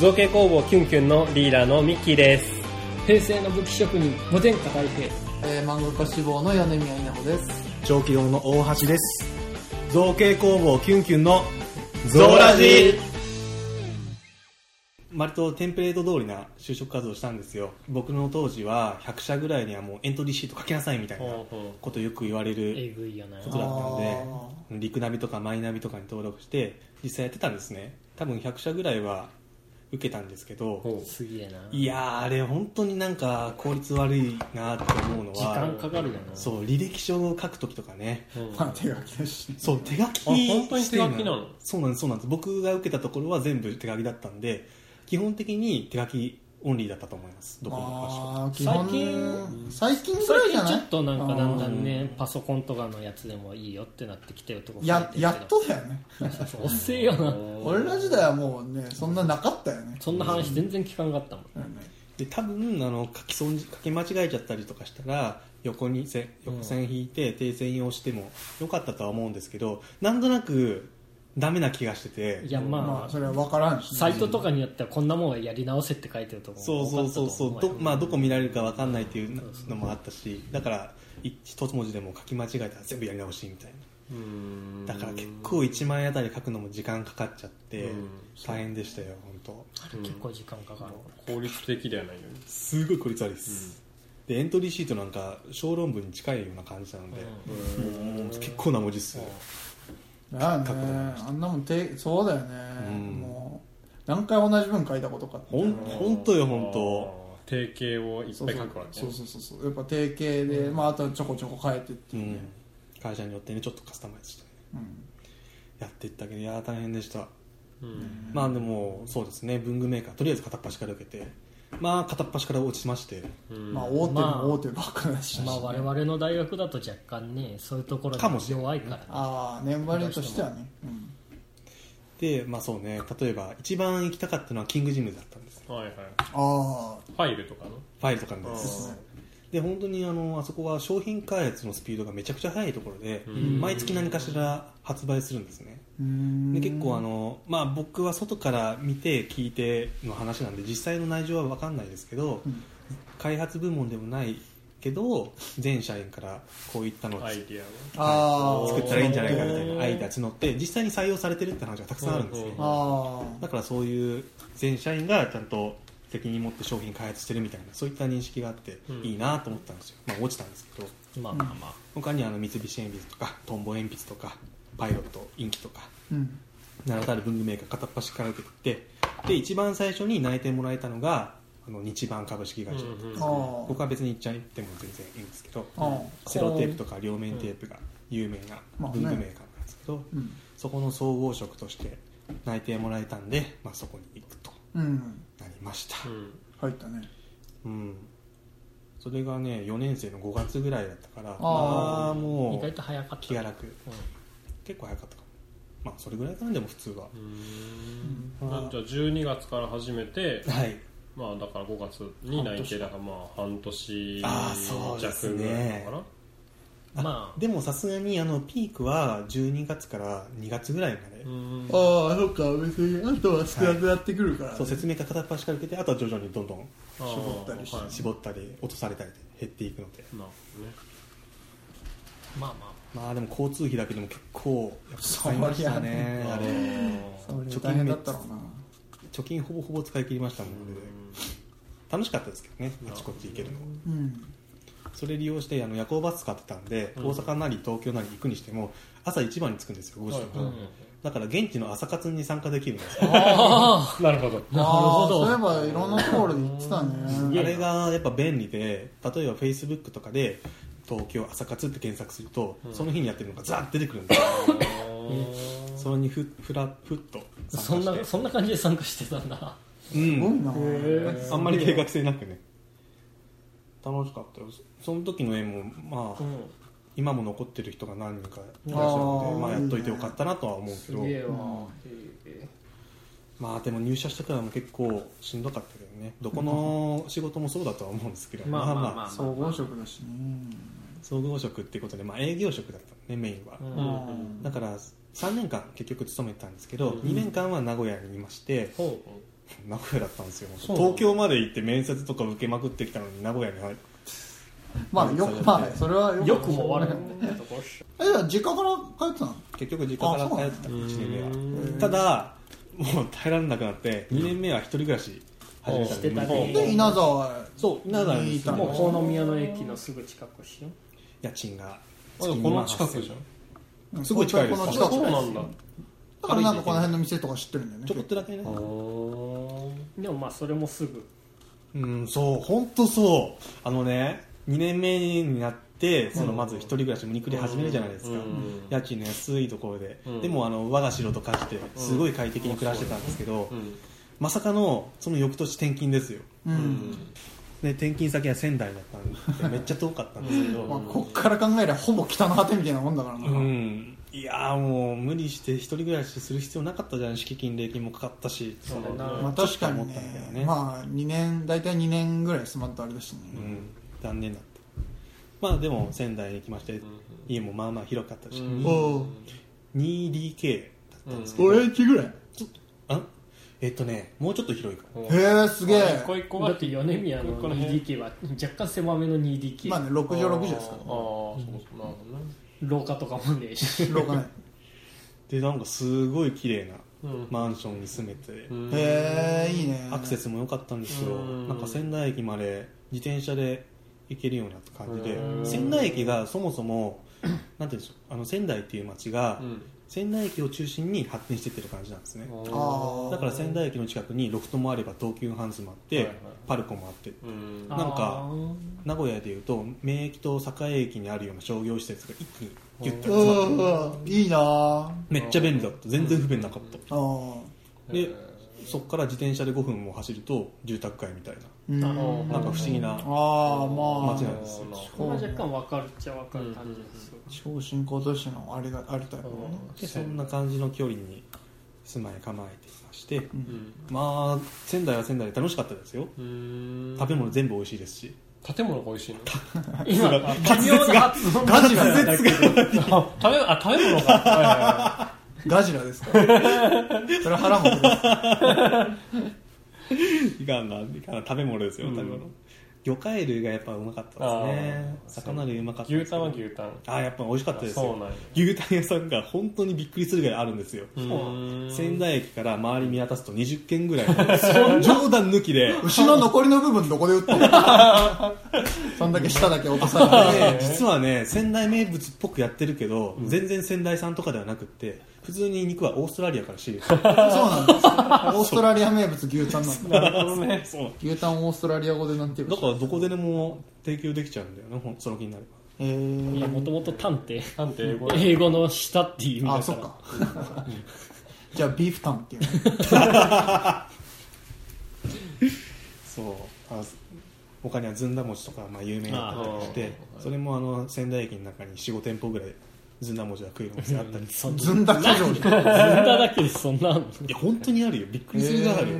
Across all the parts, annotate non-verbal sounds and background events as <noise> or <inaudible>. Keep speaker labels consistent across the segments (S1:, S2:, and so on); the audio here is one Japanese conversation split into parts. S1: 造形工房キュンキュンのリーダーのミッキーです。
S2: 平成の武器職人、無前科大平。
S3: えー、漫画家志望の米宮稲穂です。
S4: 長期堂の大橋です造形工房キュンキュンの
S1: ゾーラジ
S4: 割とテンプレート通りな就職活動をしたんですよ僕の当時は100社ぐらいにはもうエントリーシート書きなさいみたいなことよく言われる
S2: えぐいよな。
S4: ことだったんでリクナビとかマイナビとかに登録して実際やってたんですね多分100社ぐらいは受けたんですけど
S2: すげえな。
S4: いやーあれ本当になんか効率悪いなって思うのは
S2: 時間かかるよな。
S4: そう履歴書を書くときとかね
S3: まあ、手書きだし。
S4: そう手書き
S1: あ本当に手書きなの
S4: そうなんですそうなんです僕が受けたところは全部手書きだったんで基本的に手書きオンリーだったと思いますどこの場所も
S3: あー基本
S2: 最近
S3: 最近ぐら
S2: 最
S3: いじゃ
S2: 近
S3: な
S2: ち
S3: い
S2: ょっとなんか
S3: あー
S2: だんだんね、パソコンとかのやつでもいいよってなってきてるとこ
S3: ややっ。とだよね
S2: そうそう遅えよな。
S3: 俺ら時代はもうねそんななかったよね
S2: そんな話全然聞かなかったもん。
S3: うん
S4: で多分あの書き損じ書き間違えちゃったりとかしたら横にせ横線引いて定線用してもよかったとは思うんですけどなんとなくダメな気がしてて
S2: いや、
S3: ま
S2: ま
S3: あそ
S2: あ、
S3: れは分からんしね
S2: サイトとかによってはこんなもんはやり直せって書いてるとこ
S4: そう
S2: も多かっ
S4: そう
S2: たと
S4: そ
S2: 思
S4: うそう
S2: よ
S4: ど,、まあ、どこ見られるかわかんないっていうのもあったしだから一一文字でも書き間違えたら全部やり直しみたいな
S1: うん
S4: だから結構1万円あたり書くのも時間かかっちゃって
S1: うん
S4: 大変でしたよ本当
S2: あれ結構時間かかる。
S1: 効率的ではないよね。
S4: すごい効率悪いです、でエントリーシートなんか小論文に近いような感じなので、もう結構な文字っすよ、
S3: だよねあ
S4: 書くことになりました
S3: んなもん手そうだよね、
S4: うん
S3: もう何回同じ文書いたことかって
S4: ほん本当よ本当
S1: 当。定型をいっ
S3: そう
S1: ぱい
S3: そ
S1: 書
S3: う
S1: くわけね
S3: そうそうそうそうやっぱ定型で、まあ、あとはちょこちょこ変えてって
S4: う
S3: いうんね、
S4: 会社によってねちょっとカスタマイズして
S3: うん
S4: やっていったけどいやー大変でした、
S1: うん
S4: まあでもそうですね文具メーカーとりあえず片っ端から受けてまあ片っ端から落ちまして
S1: うん
S3: まあ大手
S2: まあ
S3: も大手ばっかりだし、
S2: まあ
S3: あ
S2: 我々の大学だと若干ね、そういうところ
S4: かもし
S2: に
S4: れな
S2: 弱いからね。
S3: あ年張りとしてはね、うん
S4: でまあそうね例えば一番行きたかったのはキングジムだったんですよ
S1: はいはい。
S3: ああ
S1: ファイルとかの。
S4: ファイルとかのやつ
S3: ですね
S4: で本当にあのあそこは商品開発のスピードがめちゃくちゃ速いところで
S1: うん
S4: 毎月何かしら発売するんですね
S3: うーん
S4: で結構あの、まあ、僕は外から見て聞いての話なんで実際の内情は分かんないですけど
S3: うん
S4: 開発部門でもないけど全社員からこういったのを
S1: アイディア
S3: ああ
S4: 作ったらいいんじゃないかみたい
S1: へー
S4: なアイデア募って実際に採用されてるって話がたくさんあるんですね
S1: うん
S3: あ
S4: だからそういう全社員がちゃんと責任持って商品開発してるみたいなそういった認識があって
S1: うん
S4: いいなと思ったんですよ、まあ、落ちたんですけど
S2: まあまあまあ。
S4: 他にあの三菱鉛筆とかトンボ鉛筆とかパイロットインキとか
S3: あうん
S4: 名だたる文具メーカー片っ端から受けてってで一番最初に内定もらえたのがあの日版株式
S1: を
S4: 会社、
S1: うんうん
S3: ああ
S4: 僕は別に行っちゃっても全然いいんですけど
S3: あ
S4: セロテープとか両面テープが有名な文具メーカーなんですけど、
S3: うん
S4: そこの総合職として内定もらえたんで、まあ、そこに行くと
S3: うん
S4: なりました、
S1: うん
S3: 入ったね
S4: うん、それがね4年生の5月ぐらいだったから
S3: あ
S4: ああも
S2: 意外
S4: う
S2: と早かった。
S4: 気が楽
S2: うん
S4: 結構早かったかもまあそれぐらいかなでも普通は
S1: う、んあじゃあ12月から始めて、
S4: はい
S1: まあだから5月に内定だからまあ半年
S4: あーそうです
S1: 弱ぐ
S4: ね
S1: らいなのかな。
S4: あ
S2: まあ
S4: でもさすがにあのピークは12月から2月ぐらいまで、
S1: うん
S3: ああそっか別にあとは少なくなってくるから、ね
S4: そう説明会片っ端から受けてあとは徐々にどんどん
S1: あー
S3: 絞ったりして
S1: はい
S4: 絞ったり落とされたりで減っていくので
S1: なるほどね
S2: まあま
S4: まあでも交通費だけでも結構やっぱ使いましたね
S1: あ
S4: あれ
S1: ー
S3: それ大変だったろうな
S4: 貯金ほぼほぼ使い切りましたもん
S1: う
S4: で
S1: ん
S4: 楽しかったですけどねあちこち行けるの
S3: うん
S4: それ利用してあの夜行バス使ってたんで
S1: うん
S4: 大阪なり東京なり行くにしても朝一番に着くんですよ5時と
S1: う
S2: あ。う
S4: か
S2: ん
S4: だから現地の朝活に参加できるんですよ
S2: あ
S1: なるほど。
S2: なるほど
S3: ああそういえばいろんなところで行ってた
S2: げえ
S3: ね
S4: あれがやっぱ便利で例えば Facebook とかで東京朝活って検索すると、
S1: ん
S4: その日にやってるのがザーって出てくるんですよそれにふふらふっと
S2: あ。そん
S4: 参
S2: な、
S4: 加して
S2: そんな感じで参加してたんだ。
S4: う
S3: すごい
S4: ん
S3: な
S4: あんまり計画性なくね楽しかったよその時の絵もまあ、
S2: うん。
S4: 今も残ってる人が何人かいらっしゃるの
S3: あー
S4: でまあ、やっといてよかったなとは思うけど
S3: わ
S4: まあでも入社してからも結構しんどかったけどねどこの仕事もそうだとは思うんですけど、
S2: まあまあまあ
S3: 総合職だしね
S4: 総合職っていうことで、まあ、営業職だったのねメインは、
S2: うん
S3: うん
S4: だから3年間結局勤めてたんですけど、
S1: うん
S4: 2年間は名古屋にいまして
S2: ほ
S4: 名古屋だったんですよ
S3: そう
S4: 東京まで行って面接とか受けまくってきたのに名古屋に入って
S3: まあよくまあそれはよく
S2: よくも悪く
S3: え
S2: もないところっしょ
S3: じゃあ実家から帰ってたの
S4: 結局実家から帰ってた
S1: う
S4: 1年
S1: ん
S4: 目はただもう耐えられなくなって2年目は一人暮らし始めたんで
S2: してたね
S4: もう
S3: で稲沢へ
S4: そう稲沢に住んで
S2: もう
S4: ました
S2: 河宮の駅のすぐ近くっしよ
S4: 家賃が
S1: あでもこの近くじゃん
S3: うん
S4: すごい近いです
S3: こ
S1: そ
S3: の近
S1: う
S3: くだ
S1: なんだ
S3: からなんかこの辺の店とか知ってるんだよね
S4: ちょこっとだけね
S2: でもまあそれもすぐ
S4: うんそう本当そうあのね2年目になってその
S1: うん
S4: まず一人暮らしもにくり始めるじゃないですか、
S1: うん
S4: 家賃の安いところで、
S1: うん
S4: でもあの我が城と化してすごい快適に暮らしてたんですけど、
S1: うん
S4: まさかのその翌年転勤ですよ
S3: う
S1: うんん
S4: で転勤先は仙台だったんでめっちゃ遠かったんですけど、
S3: まあこっから考えりゃほぼ北の果てみたいなもんだからな
S4: うんいやーもう無理して一人暮らしする必要なかったじゃん敷金礼金もかかったし
S1: そうだ
S2: な
S1: な
S3: まあ確かに
S4: ちょっと思ったんだ
S3: ね
S4: よね
S3: まあ2年大体2年ぐらい住まったあれだしね
S4: うん残念だったまあでも仙台に来まして、
S1: ん
S4: 家もまあまあ広かったし、
S1: うん
S3: おう
S4: 2DK だったんですけど、
S3: 俺1ぐらい
S4: あえっとねもうちょっと広いか
S1: うん
S3: へえすげえ
S1: 一個一個が
S2: だって米宮の
S1: この辺
S2: 2DK は若干狭めの 2DK、
S3: まあね6畳6畳です
S1: あーあー
S3: から
S1: そうそうなるほどね
S2: 廊下とかもねえ
S3: <laughs>
S2: し
S3: 広かない
S4: らでなんかすごい綺麗な
S1: うん
S4: マンションに住めて、
S1: うん
S3: へえいいね
S4: アクセスも良かったんですよ、
S1: うん
S4: なんか仙台駅まで自転車で行けるような感じで、
S1: うん
S4: 仙台駅がそも
S1: <clears throat>
S4: そもなんて言うんでしょうあの仙台っていう街が、
S1: うん
S4: 仙台駅を中心に発展してってる感じなんですね、
S3: あー
S4: だから仙台駅の近くにロフトもあれば東急ハンズもあって、
S1: はいはい
S4: パルコもあって
S1: うん
S4: なんか
S2: あー
S4: 名古屋でいうと名駅と栄駅にあるような商業施設が一気にギュッと集まって
S3: うんいいなあ
S4: めっちゃ便利だった全然不便なかった、
S3: あー
S4: で
S1: へ
S4: そっから自転車で5分も走ると住宅街みたいな
S3: うん
S2: なるほど
S4: なんか不思議な
S3: ああまあ
S4: 街なんですよ
S1: なるほ
S2: これは若干わかるっちゃわかる感じですよ、
S3: 超新興都市のあれがあるタイプのね
S4: でそんな感じの距離に住まい構えていまして
S3: う
S1: どう
S3: ん
S1: ん
S4: まあ仙台は仙台で楽しかったですよ
S1: うーん
S4: 食べ物全部美味しいですし
S1: 建物が美味しいの
S2: 今微妙な発音
S3: ガジ
S4: 滑
S3: ラ
S4: 舌が
S1: あ食べあ食べ物かはいはいは
S3: ガジラですか
S4: <laughs>
S3: それは腹もです
S4: いかんないかんな食べ物ですよ
S1: うん
S4: 食べ物魚介類がやっぱうまかったですね
S1: あー
S4: 魚類うまかった
S1: い
S4: で
S1: 牛
S4: す
S1: タンは牛タン
S4: あーやっぱ美味しかったです
S1: そう
S4: よ
S1: なんや
S4: 牛タン屋さんが本当にびっくりするぐらいあるんですよ
S1: うーん
S4: 仙台駅から周り見渡すと20
S1: <laughs>
S4: 軒ぐらいの冗談抜きで
S3: 牛の残りの部分どこで売ってるのそんだけ舌だけ落とされて
S4: で実はね仙台名物っぽくやってるけど、全然仙台産とかではなくって普通に肉はオーストラリアから仕入れてる
S3: そうなんですよオーストラリア名物牛タンなんだ
S4: なるほどねそう
S3: 牛タンオーストラリア語でなんて言う
S4: だからどこ
S3: で
S4: ででも提供できちゃうんだよねほんその気になれば
S3: えー
S2: いやもともと探偵
S1: なんて英語
S2: 英語の下っていう意味だから
S3: あそっかじゃあビーフタンっていう
S4: そうあ他にはずんだ餅とかまあ有名だったりして
S1: あー
S4: それもあの仙台駅の中に45店舗ぐらいずんだ餅が食いるお店あったり
S2: そんな
S3: ずんだ過剰
S2: ず
S3: じゃん
S2: んだだけでそんなあんの
S4: いや本当にあるよびっくりするぐらいあるよ、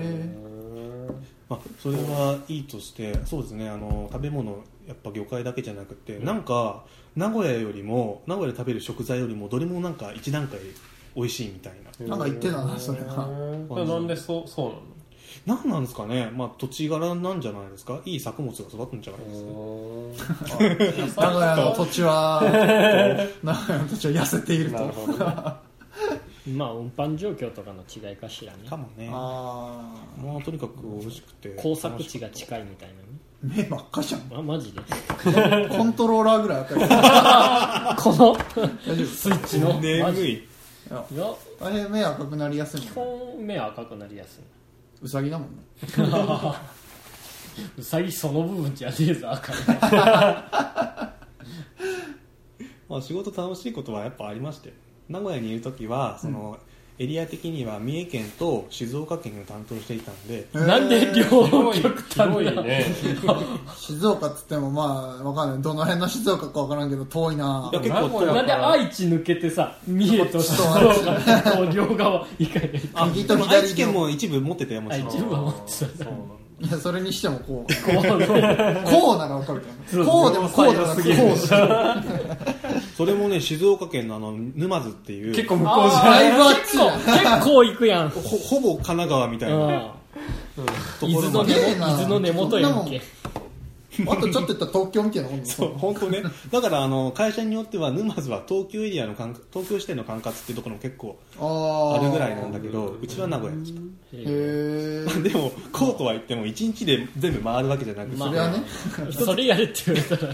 S4: まあ、それはいいとしてそうですねあの食べ物やっぱ魚介だけじゃなくて、なんか名古屋よりも名古屋で食べる食材よりもどれもなんか一段階美味しいみたいな
S3: なんか言ってたなそれな
S1: ななんでそうそう
S4: 何なんですかね、まあ、土地柄なんじゃないですかいい作物が育つんじゃないですか
S1: な
S3: 名古屋の土地は名古屋の土地は痩せていると
S1: なるほどね
S2: まあ運搬状況とかの違いかしらね
S4: かもね
S3: ああ
S4: まあとにかく美味しくて
S2: 工作地が近いみたいなね
S3: 目真っ赤じゃん
S2: あマジで
S3: コントローラーぐらい赤い大
S2: この
S3: 丈夫
S2: スイッチのマ
S4: 眠
S2: ジ
S4: い
S3: いや
S2: いや
S3: あれ目赤くなりやすい
S2: 基
S3: もん
S2: 本
S3: ね
S2: 目赤くなりやす
S3: ウサギだもんね
S2: いうさぎその部分じゃねえぞ赤い
S4: まあ、仕事楽しいことはやっぱありまして名古屋にいる時はその、エリア的には三重県と静岡県を担当していたんで
S2: なんで
S3: えー
S2: 両方極端な
S1: 広いね
S3: 静岡っつってもまあわかんないどの辺の静岡かわからんけど遠いない
S4: や結構
S1: 名古屋
S2: なんで
S1: から
S2: 愛知抜けてさ三重と静岡と両側以外が
S4: あ
S3: 右と左
S4: でも愛知県も一部持ってたよもちろん
S2: 愛知分は持ってたんだ
S1: そうなんだ
S3: いやそれにしてもこう
S2: こうね
S3: こうならわかるけ
S2: そ
S3: ど
S2: う
S3: ねこうでもこうでもなく
S1: 両
S3: こう
S1: サ
S3: だ
S4: それもね静岡県のあの沼津っていう
S1: 結構向こうじゃ
S2: あ
S3: だいぶあっ
S2: ー
S3: ちだ
S2: 結構結構行くやん
S4: ほほぼ神奈川みたいな
S2: う
S4: と
S2: 伊
S4: ころ
S2: 豆の
S4: ま
S2: 根元伊
S3: ね
S4: で
S2: 豆の根元やんけ
S3: あとちょっと言ったら東京みたいなもんだ
S4: そう本当ねだからあの会社によっては沼津は東京エリアの管轄東京支店の管轄っていうところも結構
S3: あ
S4: あ
S3: ー
S4: るぐらいなんだけどうちは名古屋でした
S3: へ
S2: え
S3: え
S4: でもこうとは言っても1日で全部回るわけじゃなくて、
S2: まあ
S3: それはね
S2: えそれやれって言われたら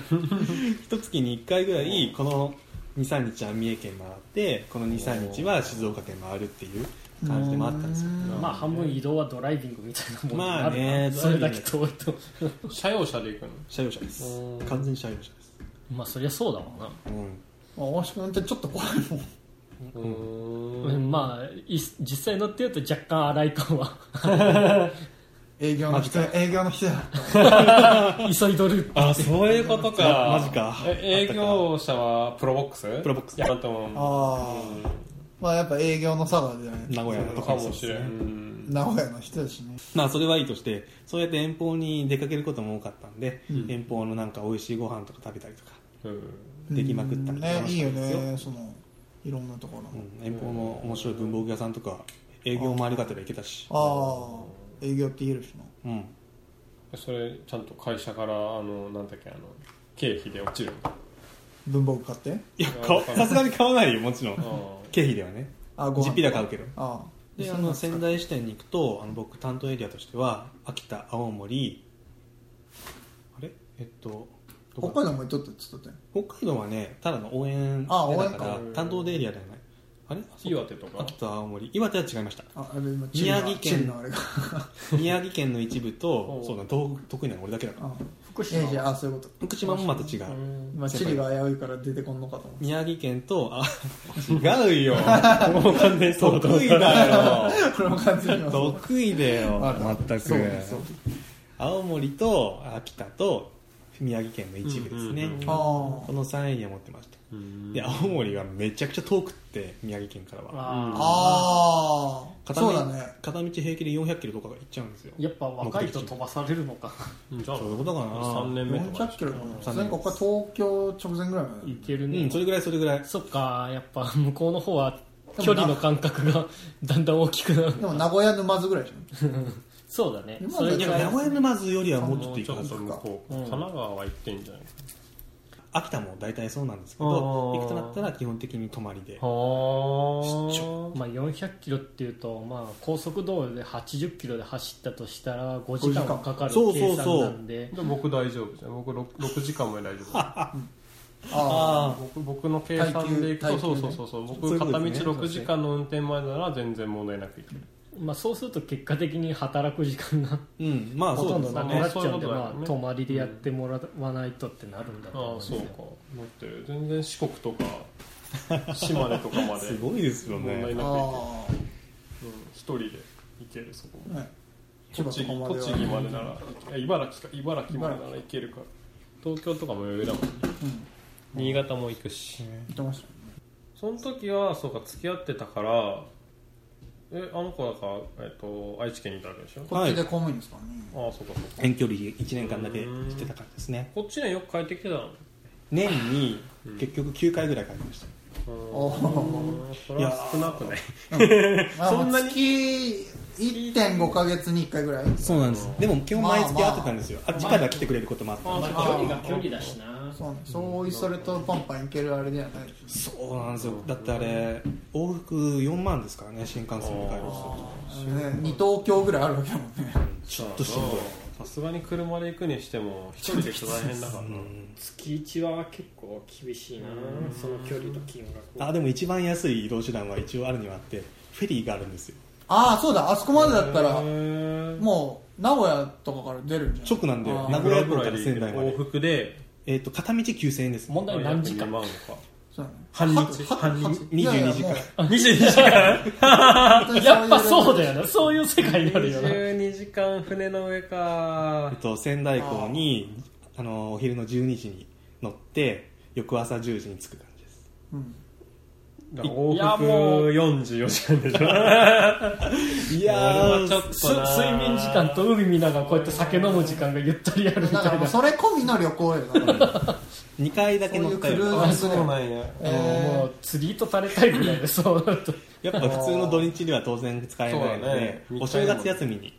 S4: 一月に1回ぐらいこの23日は三重県回ってこの23日は静岡県回るっていう感じで回ったんですよ
S3: うん
S2: まあ半分移動はドライビングみたいなもんになるな
S4: まあね
S2: それだけ遠いと
S1: 車用車で行くの
S4: 車用車です
S1: おー
S4: 完全に車用車です
S2: まあそりゃそうだわな
S4: う
S3: まあ大橋君ってちょっと怖いもん
S1: う
S2: う
S1: ーん
S2: んまあい実際乗ってると若干荒い感は
S3: 営業の人営業の人や
S2: 急いどる
S4: あそういうこと
S1: か
S4: マジか
S1: え営業車はプロボックス
S4: プロボックス
S1: いやなんとも
S3: ああまあやっぱ営業の佐賀じゃない
S4: 名古屋と
S1: か
S4: か
S1: もしれんう
S4: そうですね
S1: ん
S3: 名古屋の人だしね
S4: まあそれはいいとしてそうやって遠方に出かけることも多かったんで、
S1: ん
S4: 遠方のなんか美味しいご飯とか食べたりとか、
S1: うん
S4: できまくった
S3: うん
S4: り
S3: ね
S4: 楽
S3: いい
S4: しか
S3: よ
S4: ったですよ
S3: ねそのいろんなところ
S4: うん遠方の面白い文房具屋さんとか営業もありがたら行けたし
S3: ああ営業って言えるしな
S4: うん
S1: それちゃんと会社からあのなんだっけあの経費で落ちるの
S3: 文房具買って
S4: いや買わさすがに買わないよもちろん
S1: あ
S4: 経費ではね
S3: あご飯
S4: 実費では買うけど
S3: ああ
S4: であの仙台支店に行くとあの僕担当エリアとしては秋田青森あれえっとどこ
S3: 北海道も行っとったっつっとったよ
S4: 北海道はねただの応援
S3: あ応
S4: だ
S3: 援
S4: か
S3: から
S4: 担当エリアではないあれあそう
S1: 岩手とか
S4: 秋田青森岩手は違い
S3: <laughs>
S4: ました
S3: ああれ今チリ
S4: 宮
S3: の
S4: 城県
S3: チリのあれが
S4: 宮城県の一部と
S1: おう
S4: そうだ道具得意なの俺だけだから
S3: あ
S2: 福
S3: いやいやあそういうこと
S4: 福島もまた違
S1: あう
S4: うん
S3: 今チリが危ういから出てこんのかと思って
S4: 宮城県と
S3: <laughs>
S4: あ違うよもう完全にそう得意だよ
S3: これも完全に今そう
S4: <laughs> 得意だよ全
S3: そうそう
S4: 青森と秋田と宮城県の一部ですね、
S1: うんうんうん
S3: あ
S4: この3エリア持ってました
S1: うん
S4: で青森はめちゃくちゃ遠くって宮城県からは
S1: うん
S2: あ
S3: あああ
S4: 片道
S3: そうだね
S4: 片道平気で400キロとかが行っちゃうんですよ
S2: ーやっぱ若いと飛ばされるのか
S1: うんじゃあ
S4: そういうことかな
S1: 3年目とか
S3: 400キロか
S4: 三
S3: な
S4: 年
S3: 全国は東京直前ぐらいまで
S2: いけるね、
S4: うんそれぐらいそれぐらい
S2: そっかやっぱ向こうの方は距離の間隔がだんだん大きくなる
S3: でも名古屋沼津ぐらいじゃ
S2: そうだね
S3: 今だ
S2: それ
S4: い
S2: ぐ
S4: や
S2: らい
S4: 名古屋沼津よりはもうちょっ
S1: も
S4: と
S1: う
S4: 行
S1: ち
S4: く
S1: ょ
S4: は
S1: っ
S4: ず
S1: と向こう
S2: うん
S1: 神奈川は行ってんじゃない
S4: 秋田も大体そうなんですけ
S1: あ
S4: ど
S1: ー
S4: 行くとなったら基本的に泊まりで
S1: は
S2: まあ、400キロっていうと、まあ、高速道路で80キロで走ったとしたら5時間はかかる
S4: そうそう
S2: 計
S4: そ
S2: 算
S4: う
S2: なんで
S1: で僕大丈夫じゃん僕 6, 六時間も大丈夫
S3: んああ
S1: 僕僕の計算でいくと、
S3: 耐久
S1: そうそうそうそ
S3: 耐久ね
S1: う
S4: そうい
S1: 僕
S4: うこ
S1: 片
S4: と
S1: 道
S4: ですね
S1: 6時間の運転前なら全然問題なくいける
S2: まあ、そうすると結果的に働く時間が
S4: うんまあ
S2: ほ
S4: そ
S2: と
S4: うんで
S2: ど
S4: す
S2: なく
S4: ね
S2: なっちゃうんで
S1: そうだね
S2: まあ、泊まりでやってもらわないとってなるんだと思
S1: あ
S2: うん
S1: あ
S2: です
S1: そう
S2: よ
S1: か持ってる全然四国とか島根とかまです
S4: ごい <laughs> ですよ
S1: 問題なくいける
S3: ん
S4: ね
S3: あ
S1: うん一人で行けるそこ
S3: あ
S1: も
S3: ね
S1: 栃木
S3: ここ
S1: 栃木までならいや茨城か茨城までなら行けるから東京とかも余裕だもんね
S3: うん
S1: 新潟も行くし
S3: 言ってました
S1: その時はそうか付き合ってたからえあの子だから、えっと、愛知県にいたわけでしょ
S3: こっちで公務員ですからね
S1: ああそうかそうか
S4: 遠距離1年間だけしてた感じですね
S1: こっちにはよく帰ってきてたの
S4: 年に結局9回ぐらい帰りました
S1: うん
S3: おー
S1: それは少なくない
S3: まあ
S1: そんなに
S3: 月1.5ヶ月に1回ぐらい
S4: そうなんですでも基本毎月会ってたんですよあっ
S3: まあ
S4: ちから来てくれることもあったんで
S2: まあ、距離が距離だしな
S3: そうねそういそれとパンパンいけるあれじゃないです
S4: そうなんですよだってあれ往復4万ですからね新幹線で帰ると
S3: ね2東京ぐらいあるわけだもんね
S4: ちょっとしんどい
S1: さすがに車で行くにしても一人で行くと大変だからな
S2: 月1は結構厳しいなその距離と金額
S4: あでも一番安い移動手段は一応あるにはあってフェリーがあるんですよ
S3: ああそうだあそこまでだったら
S1: へー
S3: もう名古屋とかから出るんじゃん
S4: 直なんだよ
S3: あー
S4: 名古屋港から仙台まで
S1: 往、復で
S4: えっと片道9000円です
S2: 問題何時間
S1: 約2万か
S3: そうだね
S1: 半日
S3: は
S1: 半日
S3: は
S4: 22
S3: いやいやもう
S4: 時間
S1: 22時間
S3: 本当に
S2: やっぱそう
S3: い
S2: だよなそういう世界になるよな
S1: 22時間船の上か
S4: えっと、仙台港にあのお昼の12時に乗って翌朝10時に着く感じです
S3: うん
S1: 往
S2: いやもう
S1: 復44時間でしょ
S4: い
S1: やー
S2: す睡眠時間と海見ながらこうやって酒飲む時間がゆったりあるみ
S3: だか
S2: たい
S3: らもう
S2: な
S3: それ込みの旅行よだから
S4: 2回だけ乗ったよ
S3: そういうクルー
S1: あそうなんや
S3: え
S2: もう
S3: ー
S2: もう釣りと垂れたいぐら <laughs> いでそうなると
S4: やっぱ普通の土日では当然使えないの
S1: そうだね
S4: で、お正月休みに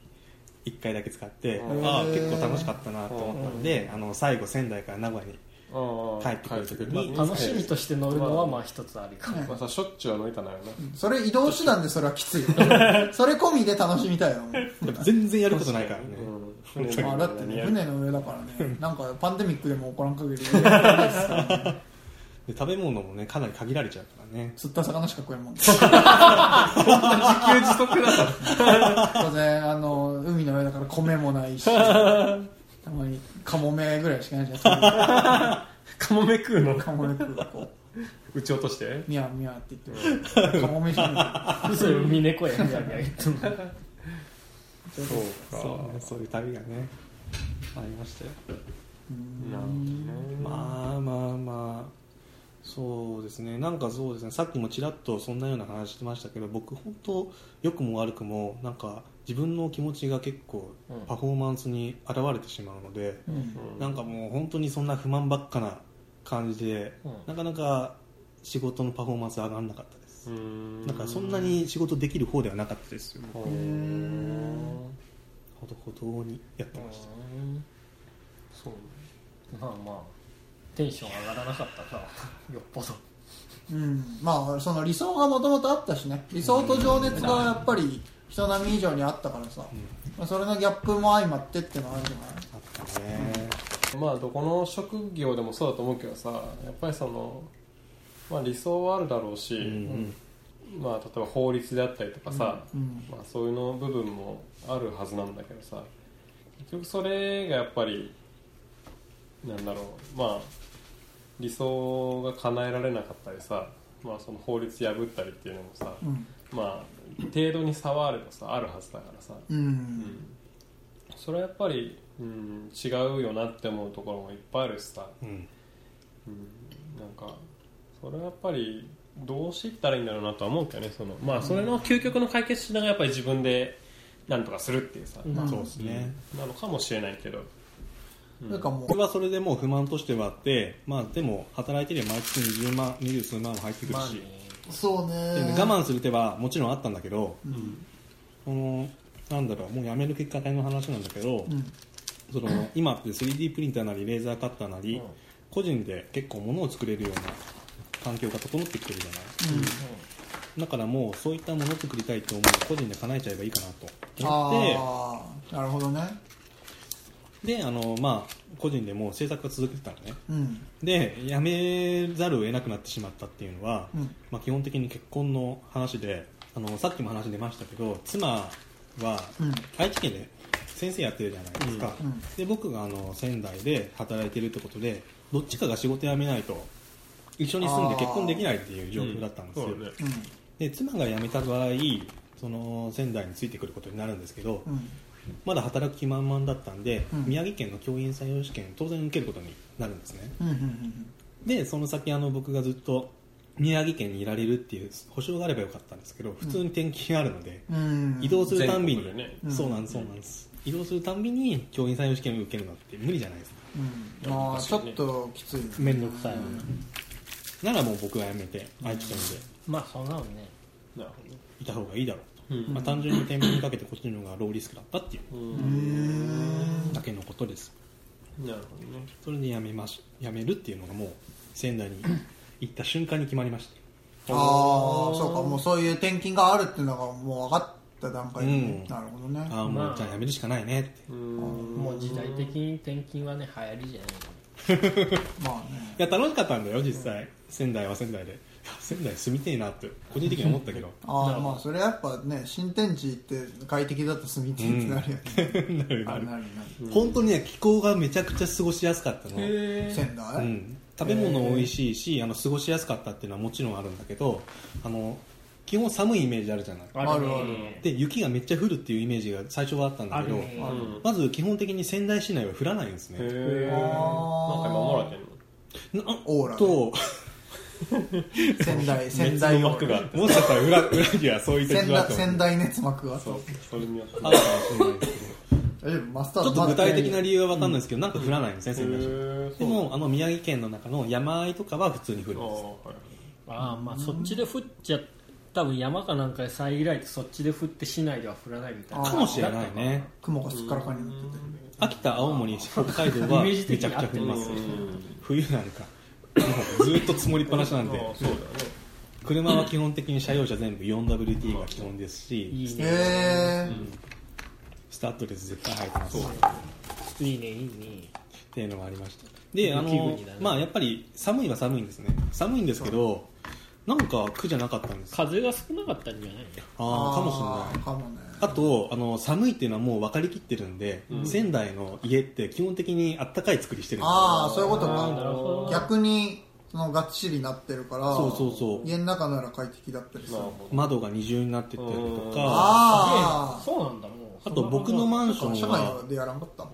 S4: 1回だけ使って、
S1: うん
S4: ああ結構楽しかったなと思ったんで、あの最後仙台から名古屋に
S1: ああ
S4: 帰ってくる時に
S1: まあ
S2: 楽しみとして乗るのはまあ一つありかも
S1: まあさしょっちゅうは乗りたないよね
S3: それ移動手段でそれはきついよそれ込みで楽しみたいよもう
S4: やっぱ全然やることないからね
S1: うん
S3: まあだってね船の上だからねなんかパンデミックでも起こら
S1: <laughs>
S3: ん限り
S4: で食べ物もねかなり限られちゃうからね
S3: 釣った魚しか食えんもんね
S1: 自給自足だから
S3: 当然あの海の上だから米もないしたまにカモメぐらいしかないじゃん
S1: カモメ <laughs> 食うの
S3: カモメ食うこ
S1: 撃ち落として
S3: うミャンミャンって言ってるカモメじゃな
S2: それ海猫やんやんやんと思う
S1: そうか
S4: そうねそういう旅がねありましたよ
S1: なるほどね
S4: まあまあまあそうですねなんかそうですねさっきもちらっとそんなような話してましたけど僕本当良くも悪くもなんか自分の気持ちが結構
S2: うん
S4: パフォーマンスに現れてしまうので、
S3: い、うん
S1: うん
S4: なんかもう本当にそんな不満ばっかな感じで、
S2: うん
S4: なかなか仕事のパフォーマンス上がらなかったです、
S1: うん
S4: なんかそんなに仕事できる方ではなかったですよ
S1: ほう
S4: ほどほどにやってました
S1: そう
S2: まあまあテンション上がらなかったから <laughs> よっぽど
S3: うん、まあその理想がもともとあったしね理想と情熱がやっぱり人並み以上にあったからさ、まあ、それのギャップも相まってってのはあるじゃない
S4: あったね、
S1: まあどこの職業でもそうだと思うけどさやっぱりその、まあ、理想はあるだろうし、
S4: うん
S1: まあ、例えば法律であったりとかさ、
S3: うん
S1: まあ、そういうの部分もあるはずなんだけどさ結局それがやっぱりなんだろうまあ理想が叶えられなかったりさ、まあ、その法律破ったりっていうのもさ、
S3: うん
S1: まあ程度に差はあればさあるはずだからさ、
S3: うん、
S1: それはやっぱり、うん、違うよなって思うところもいっぱいあるしさ、
S4: うん
S1: うん、なんかそれはやっぱりどうしていったらいいんだろうなとは思うけどねそのまあそれの究極の解決しながらやっぱり自分でなんとかするっていうさ、
S2: うん
S4: そうですね、
S1: なのかもしれないけど、うん
S3: なんかも
S4: 僕はそれでもう不満としてはあって、まあ、でも働いてりゃ毎月20万20数万も入ってくるし、
S2: まあね
S3: うそうね
S4: でね我慢する手はもちろんあったんだけど、
S3: うん
S4: そのなんだろうもうやめる結果大の話なんだけど、
S3: うん
S4: その今って 3D プリンターなりレーザーカッターなり、
S2: うん
S4: 個人で結構物を作れるような環境が整ってきてるじゃないだからもうそういったもの作りたいと思う個人で叶えちゃえばいいかなと思っ
S3: ああなるほどね
S4: てであの、まあ、個人でもう制作が続けてたのね
S3: うん
S4: で辞めざるを得なくなってしまったっていうのは、
S3: うん
S4: まあ、基本的に結婚の話であのさっきも話出ましたけど妻は
S3: うん
S4: 愛知県で先生やってるじゃないですか、
S3: うんうん
S4: で僕があの仙台で働いてるってことでどっちかが仕事辞めないと一緒に住んで結婚できないっていう状況だったんですよ、
S1: そうだね
S3: う
S4: で妻が辞めた場合その仙台についてくることになるんですけど、
S3: んうん
S4: まだ働く気満々だったんで、
S3: うん
S4: 宮城県の教員採用試験当然受けることになるんですね、
S3: うんうんうん
S4: でその先あの僕がずっと宮城県にいられるっていう保証があればよかったんですけど普通に転勤があるので、
S3: うん
S4: 移動するたんび
S1: 全
S4: に、
S1: 国でね
S3: うん
S4: そうなんですそうなんです、移動するたんびに教員採用試験を受けるのって無理じゃないですか
S3: うんまあちょっときつい
S2: 面倒くさいよね
S4: ならもう僕は辞めて愛知県で
S2: まあそんなのね
S1: なる
S4: いた方がいいだろう
S1: ほどね
S4: と、まあ、単純に天秤にかけてこっちの方がローリスクだったっていううん
S3: うーん
S4: だけのことです
S1: なるほどね
S4: それで辞めまし辞めるっていうのがもう仙台に行った瞬間に決まりまし
S3: ああそうかもうそういう転勤があるっていうのがもう分かった段階でね、
S4: うん
S3: なるほどね
S4: たああも
S2: ま
S4: う
S2: あ
S4: じゃあ辞めるしかないねって
S1: うん
S2: もう時代的に転勤はね流行りじゃない
S3: まあね
S4: いや楽しかったんだよ実際仙台は仙台でいや仙台住みてえなって個人的には思ったけど
S3: ああまあそれやっぱね新天地って快適だと住みてえってなるよね、
S4: <laughs> なる
S3: あ
S4: な
S3: る
S4: る
S3: なるな
S4: 本当にね気候がめちゃくちゃ過ごしやすかったの、
S3: る
S1: へ
S3: 仙
S4: う
S3: 台、
S4: ん、食べ物も美味しいし、あの過ごしやすかったっていうのはもちろんあるんだけどあの基本寒いイメージあるじゃない
S3: あるあ
S4: で雪がめっちゃ降るっていうイメージが最初はあったんだ
S2: あ
S4: け
S2: る
S4: ど、
S2: ね
S1: う
S3: ある
S1: ん
S4: まず基本的に仙台市内は降らないんです
S1: へ
S4: ね
S1: えなんか守られてんの
S4: な
S3: オーラ
S4: と
S3: 仙台仙
S1: 別
S3: 台
S1: の枠があって
S4: もしかしたら裏裏にはそういう
S3: 仙
S4: 時があっ
S3: 台
S4: たの
S3: 仙台熱幕が
S1: そうそれによって
S4: あるかもしれないですけど
S3: 大丈夫マスター
S4: ちょ
S3: ド
S4: っと具体的な
S3: まだ
S4: 理由は分かんないですけど、なんか降らないんですね、仙台市
S1: へえ
S4: でもあの宮城県の中の山あいとかは普通に降る
S1: あ
S4: ん
S1: あ
S4: です
S1: はい
S2: ああまあそっちで降っちゃっ多分山かなんかで遮られてそっちで降って市内では降らないみたいな
S4: かもしれないね
S3: 雲がすっからかんになってて
S4: 秋田青森北海道は
S2: イメ
S4: め
S2: ージ
S4: ち
S2: 的
S4: ゃくち
S2: に合
S4: ゃ
S2: っ
S4: 降
S2: て
S4: り
S2: ま
S4: ますす
S2: ね
S4: 冬なんかもうずっと積もりっぱなしなんで
S1: あそうだよね
S4: 車は基本的に車用車全部 4WD が基本ですし
S2: いいね
S3: へえ
S4: スタッドレス絶対入ってます
S2: いいねいいね
S4: っていうのがありましたであ
S2: 雪
S4: の
S2: 国だね
S4: まあやっぱり寒いは寒いんですね寒いんですけどなんか苦じゃなかったんですあ
S2: 風が少なかったんじゃない
S4: あーかもしれない
S3: かもね
S4: あとあの寒いっていうのはもう分かりきってるんで、
S1: うん
S4: 仙台の家って基本的にあったかい作りしてるんですよ
S3: ああそういうこと
S2: あーなる
S3: か
S2: ほど
S3: 逆にそのがっちりなってるから
S4: そうそうそう
S3: 家の中なら快適だったりす
S1: な
S3: る
S1: るほど
S4: 窓が二重になってったりとか
S3: あ
S2: そうなんだもう
S4: あと僕のマンショ
S3: あ
S4: ン
S3: 社
S4: は
S3: 内でやらんかったあ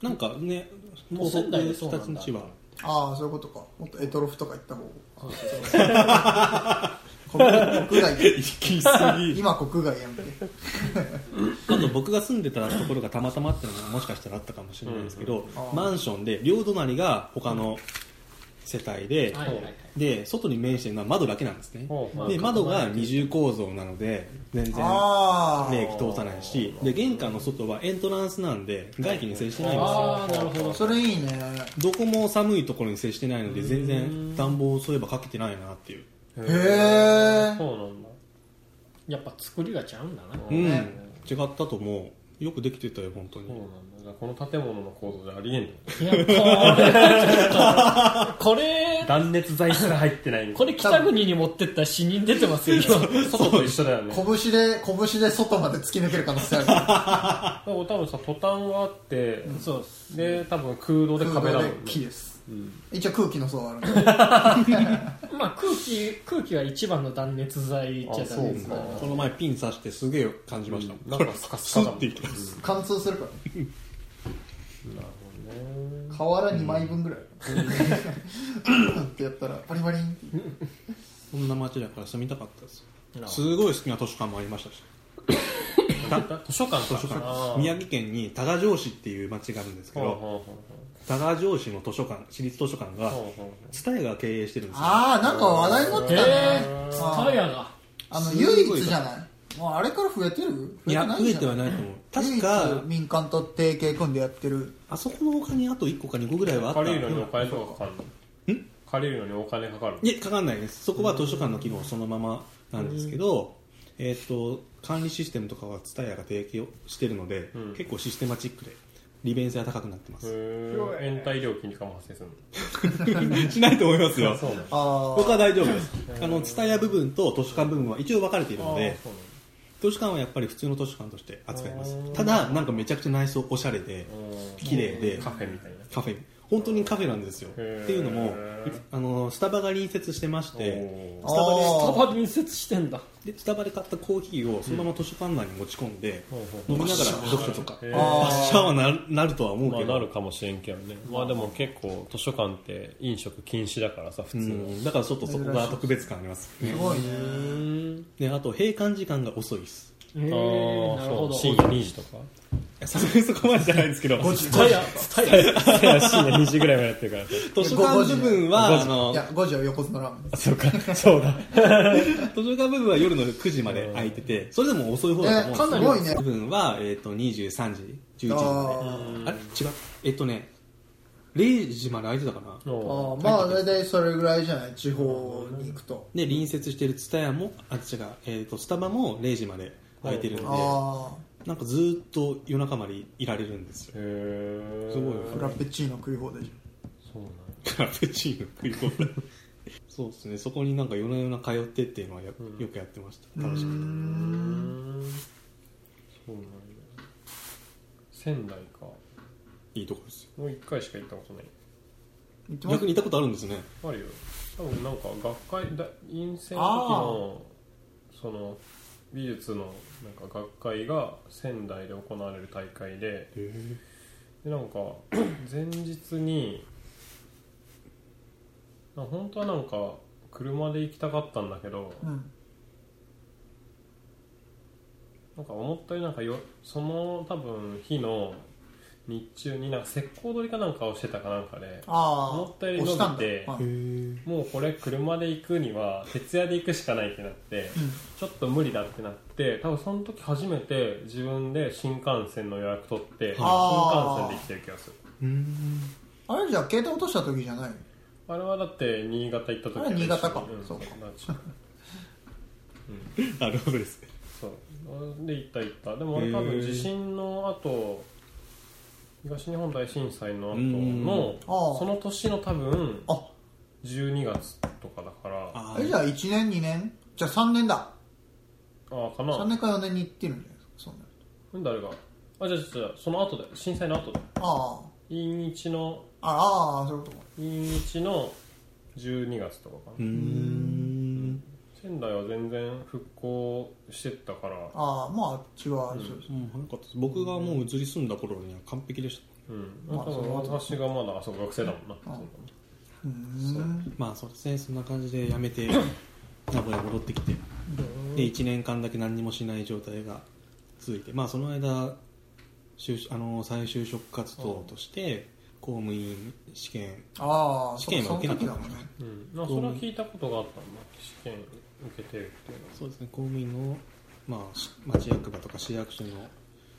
S4: なんかね
S2: もう仙台でそうなんだ
S4: 北の地は
S3: あーそういうことかもっとエトロフとか行
S4: <laughs>
S3: った方が国
S4: <laughs>
S3: 外
S4: 行き過ぎ
S3: 今国外やんけ
S4: あと僕が住んでたところがたまたまっていうのがもしかしたらあったかもしれないですけど、
S3: うん
S4: マンションで両隣が他の世帯で、
S2: はいはいはい
S4: で外に面してるのは窓だけなんですね
S1: ほう
S4: で窓が二重構造なので全然
S3: あ
S4: 冷気通さないしで玄関の外はエントランスなんで外気に接してないんですよ
S2: ああなるほ
S3: あ
S2: ど
S3: それいいね
S4: どこも寒いところに接してないので全然暖房をそういえばかけてないなっていう
S1: へ
S3: へえ
S1: そうなんだ
S2: やっぱ作りがちゃうんだな
S1: う
S4: うんん違
S3: ね
S4: ったと思うよくできてたよ本当
S1: そう
S4: に
S1: なんだじゃあこの建物の構造じゃありえんの
S2: いやこれはちょっとこれ
S1: 断熱材すら入って <laughs> ない
S2: これ北国に持ってったら死人出てますよ今
S1: 外と一緒だよね
S3: 拳で拳で外まで突き抜ける可能性あ
S1: 多分さトタンがあって、
S2: そうっす
S1: で多分空洞
S3: る
S1: で
S3: 空
S1: 壁だ
S3: 洞
S1: もんね
S3: で木です
S1: うん
S3: 一応空気の層はあるんで
S2: まあ空気空気は一番の断熱材っちゃ断熱
S1: あ
S2: 材
S1: そうか
S4: この前ピン刺してすげえ感じましたもん、
S1: うんなんかスカスカだもん
S4: スッていきます
S3: 貫通するから
S1: なるほどね
S3: 瓦2枚分ぐらい、 <laughs> ってやったらパリパリンって
S4: こんな街だから住みたかったです
S2: なあ
S4: すごい好きな図書館もありましたし
S1: 図書館か
S4: 図書
S1: あ
S4: 館
S1: ー
S4: 宮城県に多賀城市っていう町があるんですけ
S1: ほう
S4: ど
S1: ほうほ
S4: 多賀城市の図書館市立図書館
S1: う
S4: が
S1: ほうほうほう
S4: 蔦屋が経営してるんですよ
S3: ああなんか話題になってたね、
S2: え
S3: あー
S2: タイヤが
S3: あの
S4: すごい
S3: 唯一じゃないもうあれから増えてる
S4: いや増えては
S3: ない
S4: ないと思う
S3: じ
S4: 確
S3: ゃん
S4: か
S3: 唯一民間と提携組んでやってる
S4: あそこの他にあと1個か2個ぐらいはあった
S1: 借りるのにお
S4: い
S1: 金とかかかるの
S4: ん
S1: 借りるのにお金かかるの
S4: やかかんないですそこは図書館の機能そのままなんですけどえーっと管理システムとかは TSUTAYA が提供してるので、
S1: うん
S4: 結構システマチックで利便性は高くなってま
S1: へ
S4: す、
S1: ー延滞料金にかも発生するの
S4: <laughs> しないと思います
S1: <laughs>
S4: よ
S1: そうなの
S3: あ
S4: 僕は大丈夫ですあの蔦屋部分と図書館部分は一応分かれているので図書館はやっぱり普通の図書館として扱いますただなんかめちゃくちゃ内装おしゃれで綺麗で
S1: カフェみたいな
S4: カフェ本当にカフェなんですよって
S1: へー
S4: いうのもあのスタバが隣接してまして
S1: お
S3: あ
S1: ー
S4: スタバで
S2: タ
S3: あ
S2: バ隣接してんだ
S4: でスタバで買ったコーヒーをそのまま図書館内に持ち込んで
S1: ほうほう
S4: 飲みながら読書とか
S1: へー
S4: バッシャーはなるなるとは思う
S1: ま
S4: け
S1: あ、
S4: ど、
S1: なるかもしれんけどね、まあ、でも結構図書館って飲食禁止だからさ普通は、
S4: うんだからちょっとそこが特別感あります
S3: ーすごいね
S2: うん
S4: であと閉館時間が遅いです
S2: えー、なる
S1: ああ
S2: ほ
S1: そう
S2: ど
S1: 深夜2時と
S4: <laughs>
S1: か
S4: さすがにそこまでじゃないんですけど
S3: 5時
S2: タイヤタイヤ
S1: 深夜2時ぐらいまでやってるからさ
S4: 図書館部分はあ
S3: い
S4: の
S3: や5時は横綱ラーメンで
S1: あ
S3: す
S1: そうかそうだ
S4: 図書館部分は夜の9時まで空いててそれでも遅い方だと思うんで
S3: え
S4: す
S3: かなりね
S4: 部分は、えっと23時11時ま
S3: あ
S4: であれ違うえっ、とね0時まで空いてたかな
S3: あ
S1: そ
S3: ーまあ大体それぐらいじゃない地方に行くと
S4: で隣接してる蔦屋もあ違う、えっとスタバも0時まで空いてるんで
S3: あ
S4: なんかずーっと夜中までいられるんですよ
S1: うへえ
S4: すごい
S3: あフラペチーノ食い放題じ
S1: そうなん
S4: カプチーノ食い放題そうですねそこになんか夜な夜な通ってっていうのはや
S1: うん
S4: よくやってました
S3: ゃん
S4: 楽し
S3: うー
S4: く
S3: ん
S1: そうなんだ仙台か
S4: ていいとこですよ
S1: もう一回しか行ったことない
S3: 行ってます
S4: 逆に行ったことあるんですね
S1: あるよ多分なんか学会だ院生
S3: あ
S1: の時のその美術のなんか学会が仙台で行われる大会ででなんか <clears throat> 前日になんか本当はなんか車で行きたかったんだけど
S3: うん
S1: なんか思ったよりなんかよその多分日の日中になんか石膏取りかなんかをしてたかなんかで
S3: ああ
S1: 思ったより伸
S3: 押
S1: び
S3: したんだ
S1: て
S3: はい
S4: え
S1: もうこれ車で行くには徹夜で行くしかないってなって
S3: うん
S1: ちょっと無理だってなって多分その時初めて自分で新幹線の予約取って新
S3: あー
S1: 幹線で行ってる気がする
S4: うん
S3: あれじゃあ携帯落とした時じゃない
S1: あれはだって新潟行った時
S3: あれ新潟か
S1: うん
S3: そうか
S1: 友達と
S4: なるほどですね
S1: そうで行った行ったでも俺多
S4: へ
S1: 分
S4: ー
S1: 地震の後東日本大震災の後
S4: うん
S1: の
S3: ああ
S1: その年の多分
S3: あ
S1: 12月とかだからあ
S4: あ
S3: あれじゃあ1年2年じゃあ3年だ
S1: あか
S3: 3
S1: な
S3: 年か4年に行ってるんじゃないですかそうな
S1: 誰
S3: る
S1: があじゃあじゃあその後だよ震災の後だよ
S3: とあ
S1: 陰日の
S3: あああそういうことか
S1: 陰日の12月とかかな、
S4: うん
S1: 仙台は全然復興してったから
S3: ああまああっちはそうです、
S4: もう早かったです僕がもう移り住んだ頃には完璧でした
S1: うん、
S3: まあ
S1: 多分私がまだあそう学生だもんな、
S3: あ
S1: そう
S3: うーん
S4: まあそうですねそんな感じで辞めて名古屋戻ってきてで1年間だけ何にもしない状態が続いてまあその間就職あの再就職活動として公務員試験
S3: ああ
S4: 試験は受けなかった
S3: そっその時だもんね
S1: だうん、まあそれは聞いたことがあったんだ試験受けてるっていうのは
S4: そうですね公務員の、まあ、し町役場とか市役所の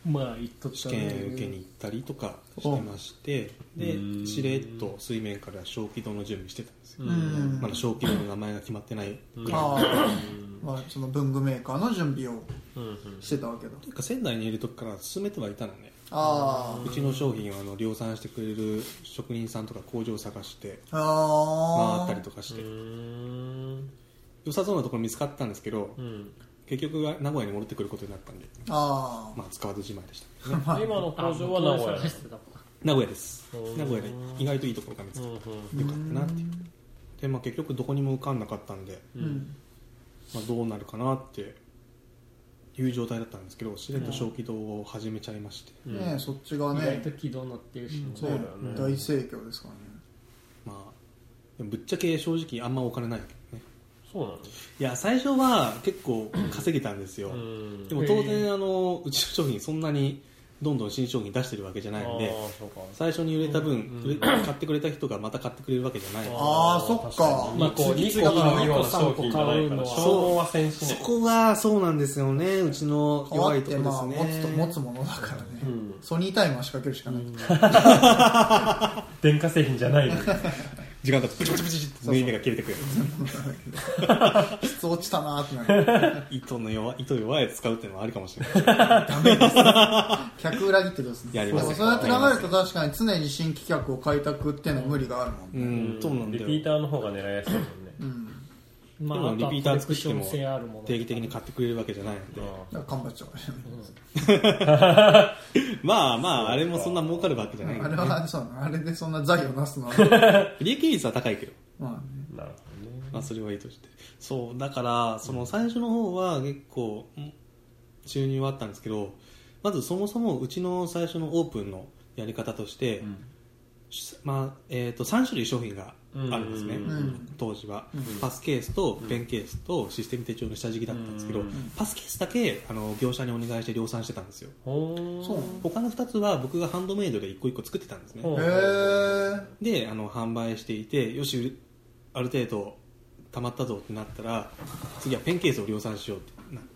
S2: まあ言っとった
S4: 試
S2: ね
S4: 験受けに行ったりとかしてましてで
S1: うん
S4: しれっと水面から小規模の準備してたんですよ
S1: う
S3: うん
S4: まだ小規模の名前が決まってない
S1: うん
S3: ああ
S1: うん
S3: まあその文具メーカーの準備を
S1: うん
S3: してたわけだ
S4: なんか仙台にいる時から進めてはいたのね
S3: あ
S4: うちの商品をあの量産してくれる職人さんとか工場を探して
S3: ああ
S4: 回
S3: あ
S4: ったりとかし
S1: う
S4: て
S1: ん
S4: 良さそうなところ見つかったんですけど
S1: うん
S4: 結局は名古屋に戻ってくることになったんで、
S3: ああ
S4: まあ、使わずじまいでした
S1: 今の工
S2: あ
S1: 場は名古屋
S2: 元々探してたもん
S4: 名古屋です
S1: うん
S4: 名古屋で意外といいところが見
S1: う
S4: つかっ
S1: ん
S4: てよかったなっていうで、まあ、結局どこにも受かんなかったんで、
S1: う
S3: うん
S1: うん
S3: ん
S4: まあ、どうなるかなっていう状態だったんですけどしれっと小規道を始めちゃいまして、
S1: うん
S3: ねえそっちが
S2: 意
S3: ね
S2: 外と軌道乗ってるし、
S3: ね
S1: そうだよね
S3: 大盛況ですからね
S4: まあでもぶっちゃけ正直あんまお金ないわけね
S1: そうなの
S4: いや最初は結構稼げたんですよ、
S1: うん
S4: でも当然あのうちの商品そんなにどんどん新商品出してるわけじゃないん
S1: あ
S4: で
S1: ーそうか
S4: 最初に売れた分、
S1: うん
S4: 売
S3: <clears throat>
S4: れ買ってくれた人がまた買ってくれるわけじゃない
S3: あーそっか
S1: まあ、こう
S2: 次
S1: 2
S2: 々
S1: 個買うような商品じゃないから
S2: 二個三個買うのは
S1: 消耗はせんし
S4: そ
S1: ね
S4: こがそうなんですよねうちの弱
S3: 革っ
S4: いと
S3: て
S4: こで
S3: まあ
S4: す
S3: 持
S4: ね
S3: つと持つものだからね
S1: うん
S3: ソニータイマー仕掛けるしかない
S1: 電化製品じゃないの
S4: 時間経つとプチプチプチって縫い目が切れてくる
S3: 質落ちたなーってなる
S4: 糸の弱い糸弱いやつ使うっていうのはありかもしれない
S3: 客裏切ってどうすんの
S4: やりま
S3: そ
S4: すよ
S3: うそうやって考えると確かに常に新規客を開拓っていうのは無理があるもん
S4: う
S3: ね
S4: んそうなんだ
S1: リピ
S4: よ
S1: ーターの方が狙いやすいもんね
S3: うん
S2: まあ、
S4: でもリピーター作っても
S2: あとはコレクション性あるもの
S4: 定期的に買ってくれるわけじゃないので
S3: だから頑張っちゃうからね
S4: まあまああれもそんな儲かるわけじゃない
S3: あ
S4: ん
S3: れ
S4: でね
S3: はそうなのあれでそんな財をなすの
S4: <laughs>
S3: は
S4: 利益率は高いけど
S3: まあね
S1: なるほどね
S4: まあ、それはいいとしてそうだからその最初の方は結構ん収入はあったんですけどまずそもそもうちの最初のオープンのやり方として、しまあえー、と3種類商品があるんですね、
S1: うん
S3: うん
S4: 当時は、
S3: うん
S4: パスケースとペンケースとシステム手帳の下敷きだったんですけど、
S1: うん
S4: パスケースだけあの業者にお願いして量産してたんですよ
S1: ほー
S3: そう
S4: 他の2つは僕がハンドメイドで一個一個作ってたんですね、
S1: ほう
S3: へえ
S4: であの販売していてよし売れある程度溜まったぞってなったら次はペンケースを量産しようってなって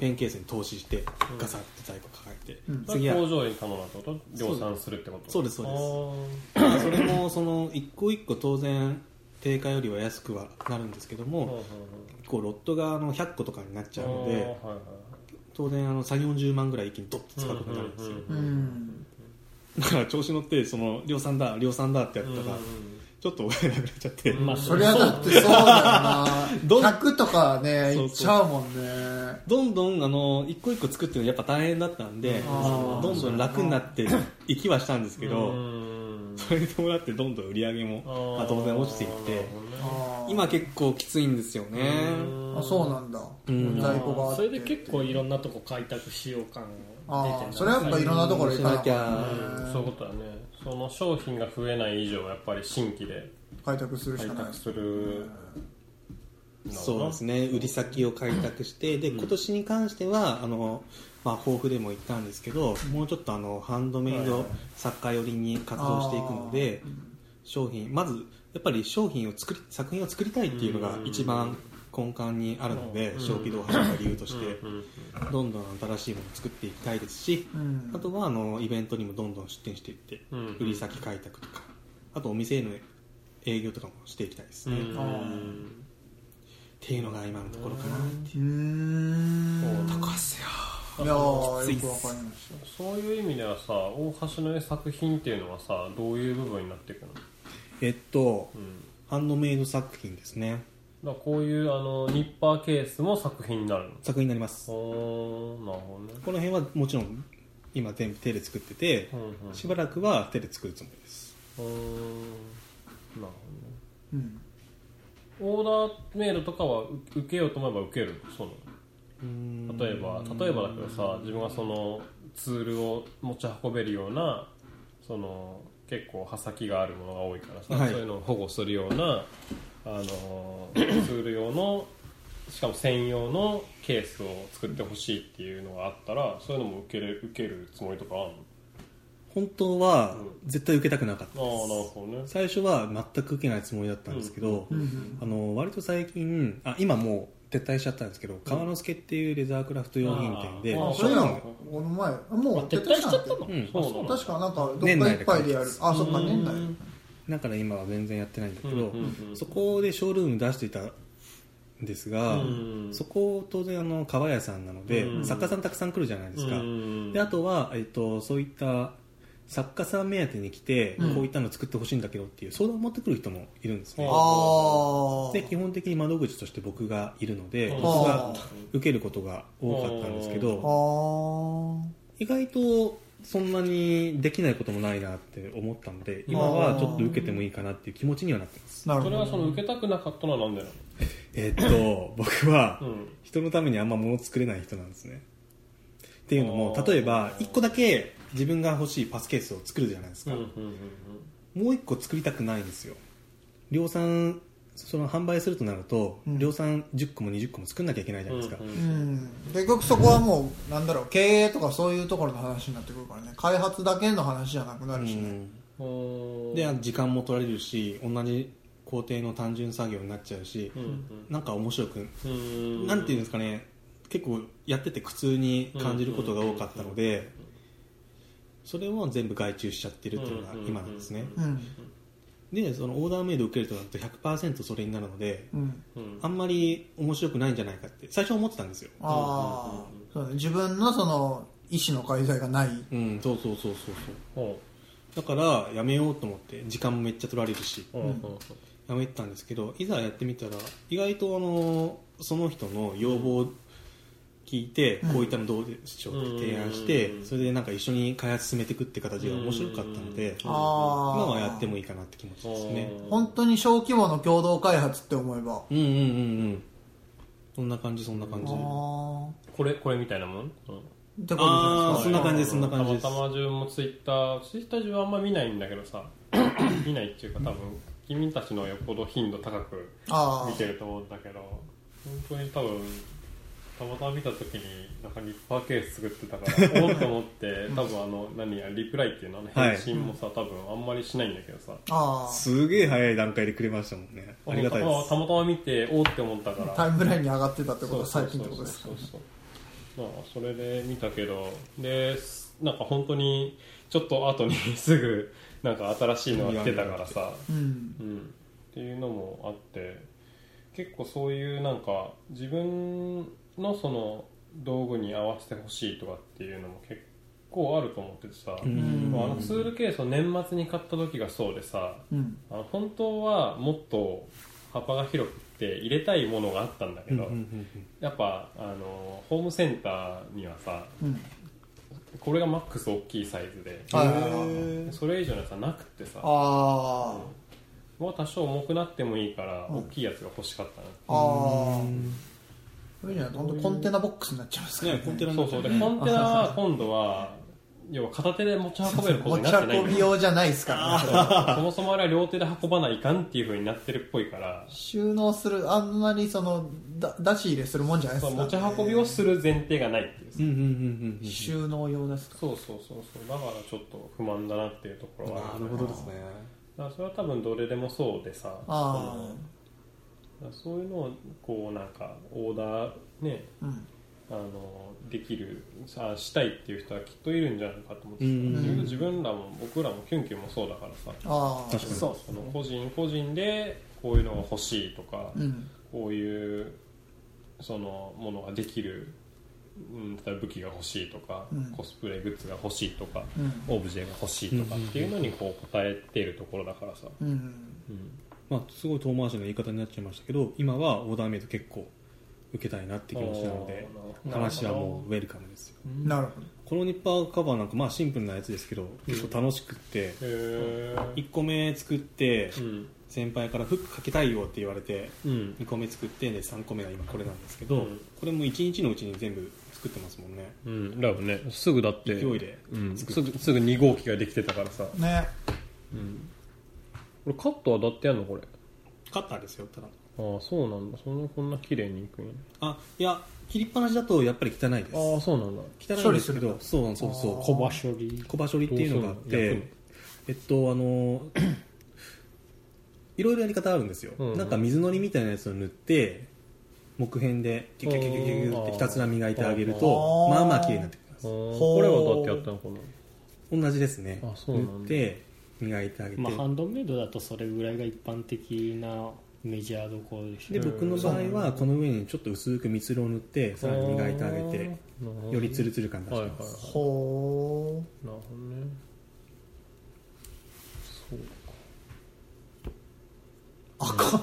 S4: ペンケースに投資してガサッて在庫抱えて、
S3: うん
S1: 次
S4: 次
S1: は
S4: は
S1: 工場に頼むってこと量産するってこと
S4: そうですそうです
S1: で
S4: それもその一個一個当然定価よりは安くはなるんですけども結構ロットがあの100個とかになっちゃうので当然あの3 4 0万ぐらい一気にドッと使うことになるんですよ
S1: うんうん
S3: うん
S4: だから調子乗ってその量産だ量産だってやったらちょっとお金なくなっちゃって
S2: まあ
S3: そりゃだってそうだよな
S4: どん
S3: 100とかね
S4: そ
S3: いう
S4: そう
S3: っちゃうもんね
S4: どんどんあの一個一個作ってるのやっぱ大変だったんで
S3: あー
S4: どんどん楽になっていきはしたんですけ
S1: う
S4: ど
S1: ん
S4: それに伴ってどんどん売り上げもまあ当然落ちていって
S3: あー
S4: 今結構きついんですよね
S3: あそうなんだ
S4: うん
S3: 在庫があって
S2: それで結構いろんなとこ開拓しよう感出て
S3: あ
S2: る
S3: あそれはやっぱいろんなところ行かなきゃ
S4: うん
S1: そういうことだねその商品が増えない以上はやっぱり新規で
S3: 開拓するし
S1: 開
S3: かない
S1: 拓する
S4: そうですね売り先を開拓してで
S1: うん
S4: 今年に関してはあの、まあ、豊富でも言ったんですけどもうちょっとあのハンドメイ
S1: はいはい
S4: ド作家寄りに活動していくので商品まずやっぱり商品を作り作品を作りたいっていうのが
S1: うん
S4: 一番根幹にあるので
S1: うん
S4: 小規模を始めた理由として
S1: うんうん
S4: どんどん新しいものを作っていきたいですし
S3: うん
S4: あとはあのイベントにもどんどん出店していって
S1: うん
S4: 売り先開拓とかあとお店への営業とかもしていきたいです
S1: う
S4: ね。
S1: ん
S3: あ
S4: っていうのが今のところかなっていう
S3: うーん
S4: 高橋さん
S3: いやー
S4: きつい
S3: よ
S4: っす
S3: くわかりまし
S1: そういう意味ではさ大橋の作品っていうのはさどういう部分になっていくの、
S4: えっと
S1: うん、だ
S4: ハンドメイド作品ですね
S1: からこういうあのニッパーケースも作品になるの
S4: 作品になりますこ
S1: おーなるほどね、
S4: の辺はもちろん今全部手で作ってて
S1: うんうん、
S4: しばらくは手で作るつもりです
S1: うーんなる
S3: たう
S1: ほ
S3: ん
S1: どねオーダーメールとかは受受けようと思えば受けるのそうなの例えば例えばだけどさ自分がそのツールを持ち運べるようなその結構刃先があるものが多いからさ、
S4: はい
S1: そういうのを保護するようなあ
S4: <coughs>
S1: のツール用のしかも専用のケースを作ってほしいっていうのがあったらそういうのも受けれ受けるつもりとかある
S4: 本当は
S1: う
S4: 絶対受けたくなかった
S1: のああなる
S4: で
S1: ほどね
S4: す最初は全く受けないつもりだったんですけど、
S3: うんうん
S4: あの割と最近あ今もう撤退しちゃったんですけど川之助っていうレザークラフト用品店で、
S1: あー
S3: あ
S1: あ
S3: それな
S1: そうな
S3: の
S1: の
S3: この前もう
S2: 撤退しちゃったの
S4: うん
S1: そうなの
S3: 確かなんかどっかい
S4: 年内
S3: っ
S4: で
S3: ぱいでやる
S4: 完結
S3: あそっか年内
S1: うん
S4: だから今は全然やってないんだけど、
S1: うんうんうん
S4: そこでショールーム出していたんですが、
S1: うん
S4: そこ当然あの革屋さんなので、
S1: うん
S4: 作家さんたくさん来るじゃないですか、
S1: うん
S4: であとは、えっと、そういった作家さん目当てに来て、
S3: うん
S4: こういったの作ってほしいんだけどっていう相談を持ってくる人もいるんですね、
S3: ああ
S4: で基本的に窓口として僕がいるので、
S1: うん
S4: 僕が
S3: あ
S4: 受けることが多かったんですけ
S3: あ
S4: ど、
S3: ー
S4: 意外とそんなにできないこともないなって思ったので今はちょっと受けてもいいかなっていう気持ちにはなってます
S3: なる
S1: そ
S3: ほ
S1: れ
S3: ど
S1: はその受けたくなかったのはなんでな
S4: えっと僕
S1: <laughs>
S4: は
S1: の、うん
S4: 人のためにあんま物作れない人なんですねっていうのも
S1: あー
S4: 例えば1個だけ自分が欲しいパスケースを作るじゃないです
S1: う
S4: か、
S1: んうんうん
S4: もう1個作りたくないんですよ量産その販売するとなると、
S3: うん
S4: 量産10個も20個も作んなきゃいけないじゃ
S1: う
S4: ない
S1: ん
S4: ですか、
S1: うんう
S3: うんん結局そこはもうなんだろう経営とかそういうところの話になってくるからね開発だけの話じゃなくなるし
S4: う
S3: ね
S4: ん
S1: うん
S4: で時間も取られるし同じ工程の単純作業になっちゃうし、
S1: うん
S4: なんか面白く
S1: うんうん
S4: なんていうんですかね結構やってて苦痛に感じることが多かったのでそれを全部外注しちゃってるっていうのが今なんですね
S3: うん
S4: でそのオーダーメイド受けるとなると100%それになるので
S3: うん
S1: うん
S4: あんまり面白くないんじゃないかって最初思ってたんですよ
S3: ああそうね自分のその意思の介在がない
S4: うんそうそうそうそうそう
S1: ほ
S4: だからやめようと思って時間もめっちゃ取られるし
S1: うほうほうほ
S4: やめてたんですけどいざやってみたら意外とあのその人の要望を聞いて、
S3: うん
S4: こういったのどうでしょうって提案して、
S1: うん
S4: それでなんか一緒に開発進めていくって形が面白かったので、
S1: うん
S4: 今
S3: ああ
S4: はやってもいいかなって気持ち
S1: う
S4: ですね
S1: うん
S3: 本当に小規模の共同開発って思えば
S4: うんうんうんうんそんな感じそんな
S3: あ
S4: 感じ
S3: あ
S1: これこれみたいなもんうん
S3: ってことじゃないです
S4: そんな感
S1: は
S4: じで
S1: い
S4: すそんな感じです
S1: たまたま自分もツイッターツイッター自分あんま見ないんだけどさ見ないっていうか多分君たちのよっぽど頻度高く
S3: かああ
S1: 見てると思うんだけど本当に多分たまたま見た時になんかニッパーケース作ってたからおっと思って多分あの何やリプライっていうのあの
S4: はい
S1: 返信もさ、多分あんまりしないんだけどさ
S3: あ
S4: すげえ早い段階でくれましたもんねありがたいです
S1: たまたま見ておーって思ったか
S3: あ
S1: ら
S3: タイムラインに上がってたってこ
S1: そ
S3: と
S1: う
S3: は
S1: そう
S3: 最
S1: そう
S3: 近
S1: そ
S3: って
S1: う
S3: ことですか
S1: そうまあそれで見たけどですなんか本当にちょっと後にすぐなんか新しいのが来てたからさ、
S3: うん
S1: うん、っていうのもあって結構そういうなんか自分のその道具に合わせてほしいとかっていうのも結構あると思っててさ、
S4: うん
S1: まああのツールケースを年末に買った時がそうでさ
S3: うん
S1: あの本当はもっと幅が広くて入れたいものがあったんだけ
S4: うん
S1: ど、
S4: うんうん
S1: やっぱあのホームセンターにはさ
S3: うん
S1: これがマックス大きいサイズで
S3: はいはいはい
S4: うん
S1: それ以上のやつはなくってさ
S3: ああ
S1: もう多少重くなってもいいから
S3: うん
S1: 大きいやつが欲しかったな、
S3: ああ
S4: うん
S3: それじゃないと本当コンテナボックスになっちゃいますから
S4: ねコンテナ
S1: そうそうで
S4: うん
S1: コンテナは今度は要は片手で持ち運べること
S3: 持
S1: に
S3: ち
S1: なってない
S3: 運び用じゃないですから、
S1: そう
S3: ね、
S1: そもそもあれは両手で運ばないかんっていうふうになってるっぽいから
S3: 収納するあんまりそのだ出し入れするもんじゃないで
S1: そう
S3: すか
S1: 持
S3: ら
S1: ち
S3: ね、
S1: 運びをする前提がないっていう
S4: うんうんうんうんうん
S3: 収納用ですか
S1: そうそうそうそうだからちょっと不満だなっていうところはある
S4: なる
S1: よね
S4: ほどですね
S1: だからそれは多分どれでもそうでさ
S3: あ
S1: そのそういうのをこうなんかオーダーね
S3: あうん
S1: あのできるさしたいっていう人はきっといるんじゃないかと思って
S4: う
S1: さ、
S4: ん
S1: だけ
S3: う
S1: ど
S3: ん
S1: 自分らも僕らもキュンキュンもそうだからさ
S3: ああ
S4: 確かに
S2: そう
S1: その個人個人でこういうのが欲しいとか、
S3: うん
S1: こういうそのものができる、うん、例えば武器が欲しいとか、
S3: うん
S1: コスプレグッズが欲しいとか
S3: うん
S1: オブジェが欲しいとか
S4: う
S1: っ
S4: んうんうん
S1: ていうのにこう答えてるところだからさ、
S3: うん
S1: うん、
S4: まあすごい遠回しな言い方になっちゃいましたけど今はオーダーメイド結構受けたいなって気持ちなので
S1: あー
S4: 話はもうウェルカムですよ
S3: なるほど
S4: このニッパーカバーなんかまあシンプルなやつですけど結構楽しくって
S1: へえ
S4: 1個目作って
S1: うん
S4: 先輩からフックかけたいよって言われて
S1: うん
S4: 2個目作ってで3個目が今これなんですけど
S1: うん
S4: これも1日のうちに全部作ってますもんね
S1: うん、だよねすぐだって
S4: 勢いで
S1: うん、すぐすぐ2号機ができてたからさ、
S3: ね
S1: うん、これカットはだってやんのこれ
S4: カッターですよただ
S1: ああそうなんだそんなこんな綺麗にいくんや
S4: あいや切りっぱなしだとやっぱり汚いです
S1: ああそうなんだ
S4: 汚い
S3: 処
S4: ん
S3: 理
S4: ですす
S3: る
S4: け
S3: んだ
S4: どそうそうそ
S3: あ
S4: う
S3: ー
S4: 小
S2: 場
S4: ばし
S2: 所理
S4: 小ばしょりっていうのがあっ
S1: どうするの
S4: てえっとあの <clears throat> いろいろやり方あるんですよ、
S1: うんうん
S4: なんか水のりみたいなやつを塗って木片でキュキュキュキュキュキュってひたすら磨いてあげると
S3: あー
S4: まあまあ綺麗になってきま
S1: あ
S4: す
S1: ー
S3: ほう
S1: これはどうやってやったのこの
S4: 同じですね
S1: あそうなんだ
S4: 塗って磨いてあげて、
S2: まあハンドメイドだとそれぐらいが一般的なメジャーどころでしょ
S4: で僕の場合はこの上にちょっと薄く蜜ろを塗ってさらに磨いてあげてよりツルツル感出してま
S1: は
S4: す、
S1: いはい
S3: ほ
S1: なるほどねそうか
S3: うあかん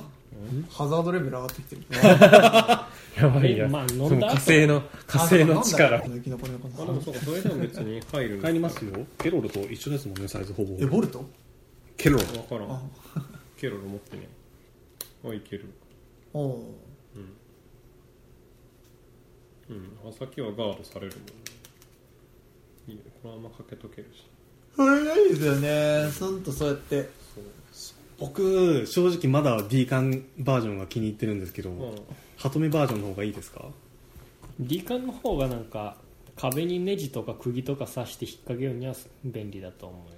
S3: ハザードレベル上がってきてる
S1: やばい
S2: い
S1: や、
S2: や
S1: ま
S2: ま
S1: あ、
S2: あ
S1: そ
S2: 飲んだ後
S1: の火星の <laughs> 火星の力
S3: あなんだ生き残りのこ
S1: まあで
S3: と
S1: もそうかそれでも別に入る
S4: 帰りますよケロロと一緒ですもんねサイズほぼ
S3: えボルト
S4: ケロロ
S1: 分からんケロロ持ってねあいける
S3: おお
S1: うんあ先はガードされるもんねいいねこのままかけとけるし
S3: それがいいですよねスンとそうやって
S1: そう
S4: 僕正直まだ D 缶バージョンが気に入ってるんですけど、
S1: まあ
S4: 鳩目バージョンの方がいいですか
S2: D カンの方がなんか壁にネジとか釘とか刺して引っ掛けるには便利だと思う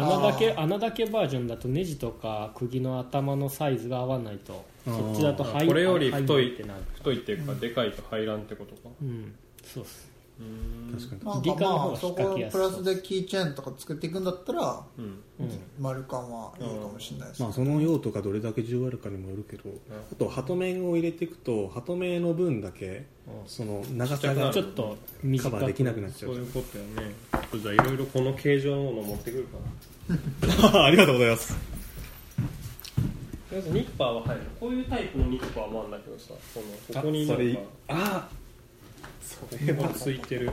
S2: よ穴だけ
S3: あ
S2: 穴だけバージョンだとネジとか釘の頭のサイズが合わないと
S4: あー
S2: そっちだと入
S1: これより太
S2: 入ん
S1: い
S2: ってなる
S1: 太いっていうかでかいと入らんってことか
S2: うんそうっす
S1: うーん
S4: 確かに、
S3: なん
S2: 理
S3: か
S2: 科の方が
S3: ま
S2: 引
S3: あ
S2: っ
S3: そ
S2: 掛
S3: こ
S2: けやす
S3: プ
S2: そう
S3: ラスでキーチェーンとか作っていくんだったら
S1: うん
S2: うん
S3: 丸缶はいいかもしれないです
S4: まあ、その用途がどれだけ重要あるかにもよるけどあと鳩目を入れていくと鳩目の分だけその長さが
S2: ちょっと短
S4: カ
S2: く
S4: バーできなくなっち
S1: そ
S4: ゃ
S1: う
S4: う
S1: いうことやねちょっとじゃあいろいろこの形状のもの持ってくるかな
S4: <laughs> ありがとうございます
S1: とりあえずニッパーは入るこういうタイプのニッパーもあるんだけどさこのここに
S4: あそ
S1: なんか
S4: れあそれ
S1: ここ
S4: は
S1: についてる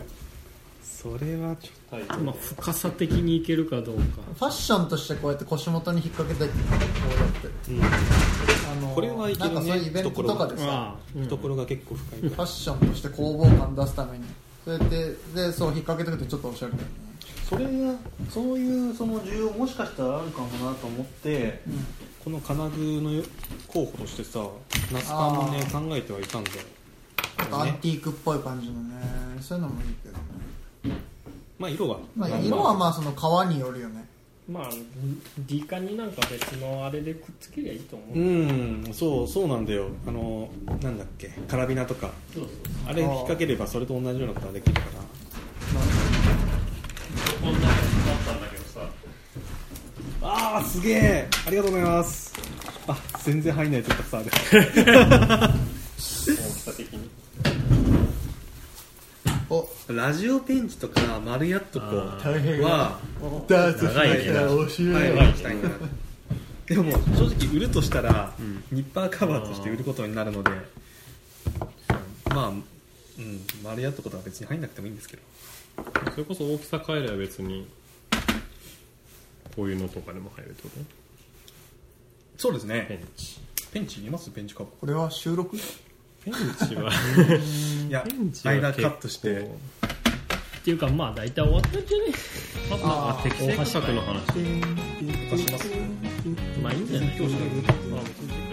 S4: それはちょっ
S1: タイプ
S2: まあ深さ的にいけるかどうか
S3: ファッションとしてこうやって腰元に引っ掛けたいってこうやって、あの
S4: これはいけるね
S3: なんかそういうイベントとかでさ
S2: あ
S4: と懐が結構深い
S3: ファッションとして攻防感出すためにそうやってでそう引っ掛けてくとちょっとおしゃれだよね
S4: それがそういうその需要もしかしたらあるかもなと思って、この金具の候補としてさナスカもね考えてはいたんだよ
S3: なんかアンティークっぽい感じのねそういうのもいいけどね、
S4: まあ色が、
S3: まあ、色はまあその革によるよね
S2: まあ D カンになんか別のあれでくっつけりゃいいと思う、
S4: うんそうそうなんだよあのなんだっけカラビナとか
S2: そうそう
S4: あれ引っ掛ければそれと同じようなことができるから
S1: こんな感じだったんだけどさ
S4: ああすげえありがとうございますあ全然入んないというかさ
S1: 大きさ的に
S3: お
S4: ラジオペンチとか丸やっとこ
S1: あー
S3: 大変
S4: は
S3: ダーツ
S1: 長いね
S3: 引たらおし
S4: は
S3: まい
S4: い、したいなでも正直売るとしたら、ニッパーカバーとして売ることになるのでまあうん丸やったことは別に入んなくてもいいんですけど
S1: それこそ大きさ変えれば別にこういうのとかでも入るってこと
S4: そうです
S1: ペ
S4: ね
S1: ンチ
S4: ペンチ入れますペンチカバー
S3: これは収録
S1: ペンチは <laughs>
S4: いや
S1: ペンチは
S4: 間カットして
S1: 結構
S2: っていうかまあ大体終わったんじゃね
S1: まずなんか適正価格の話
S2: まあいいんじゃない
S1: 教師が出てくる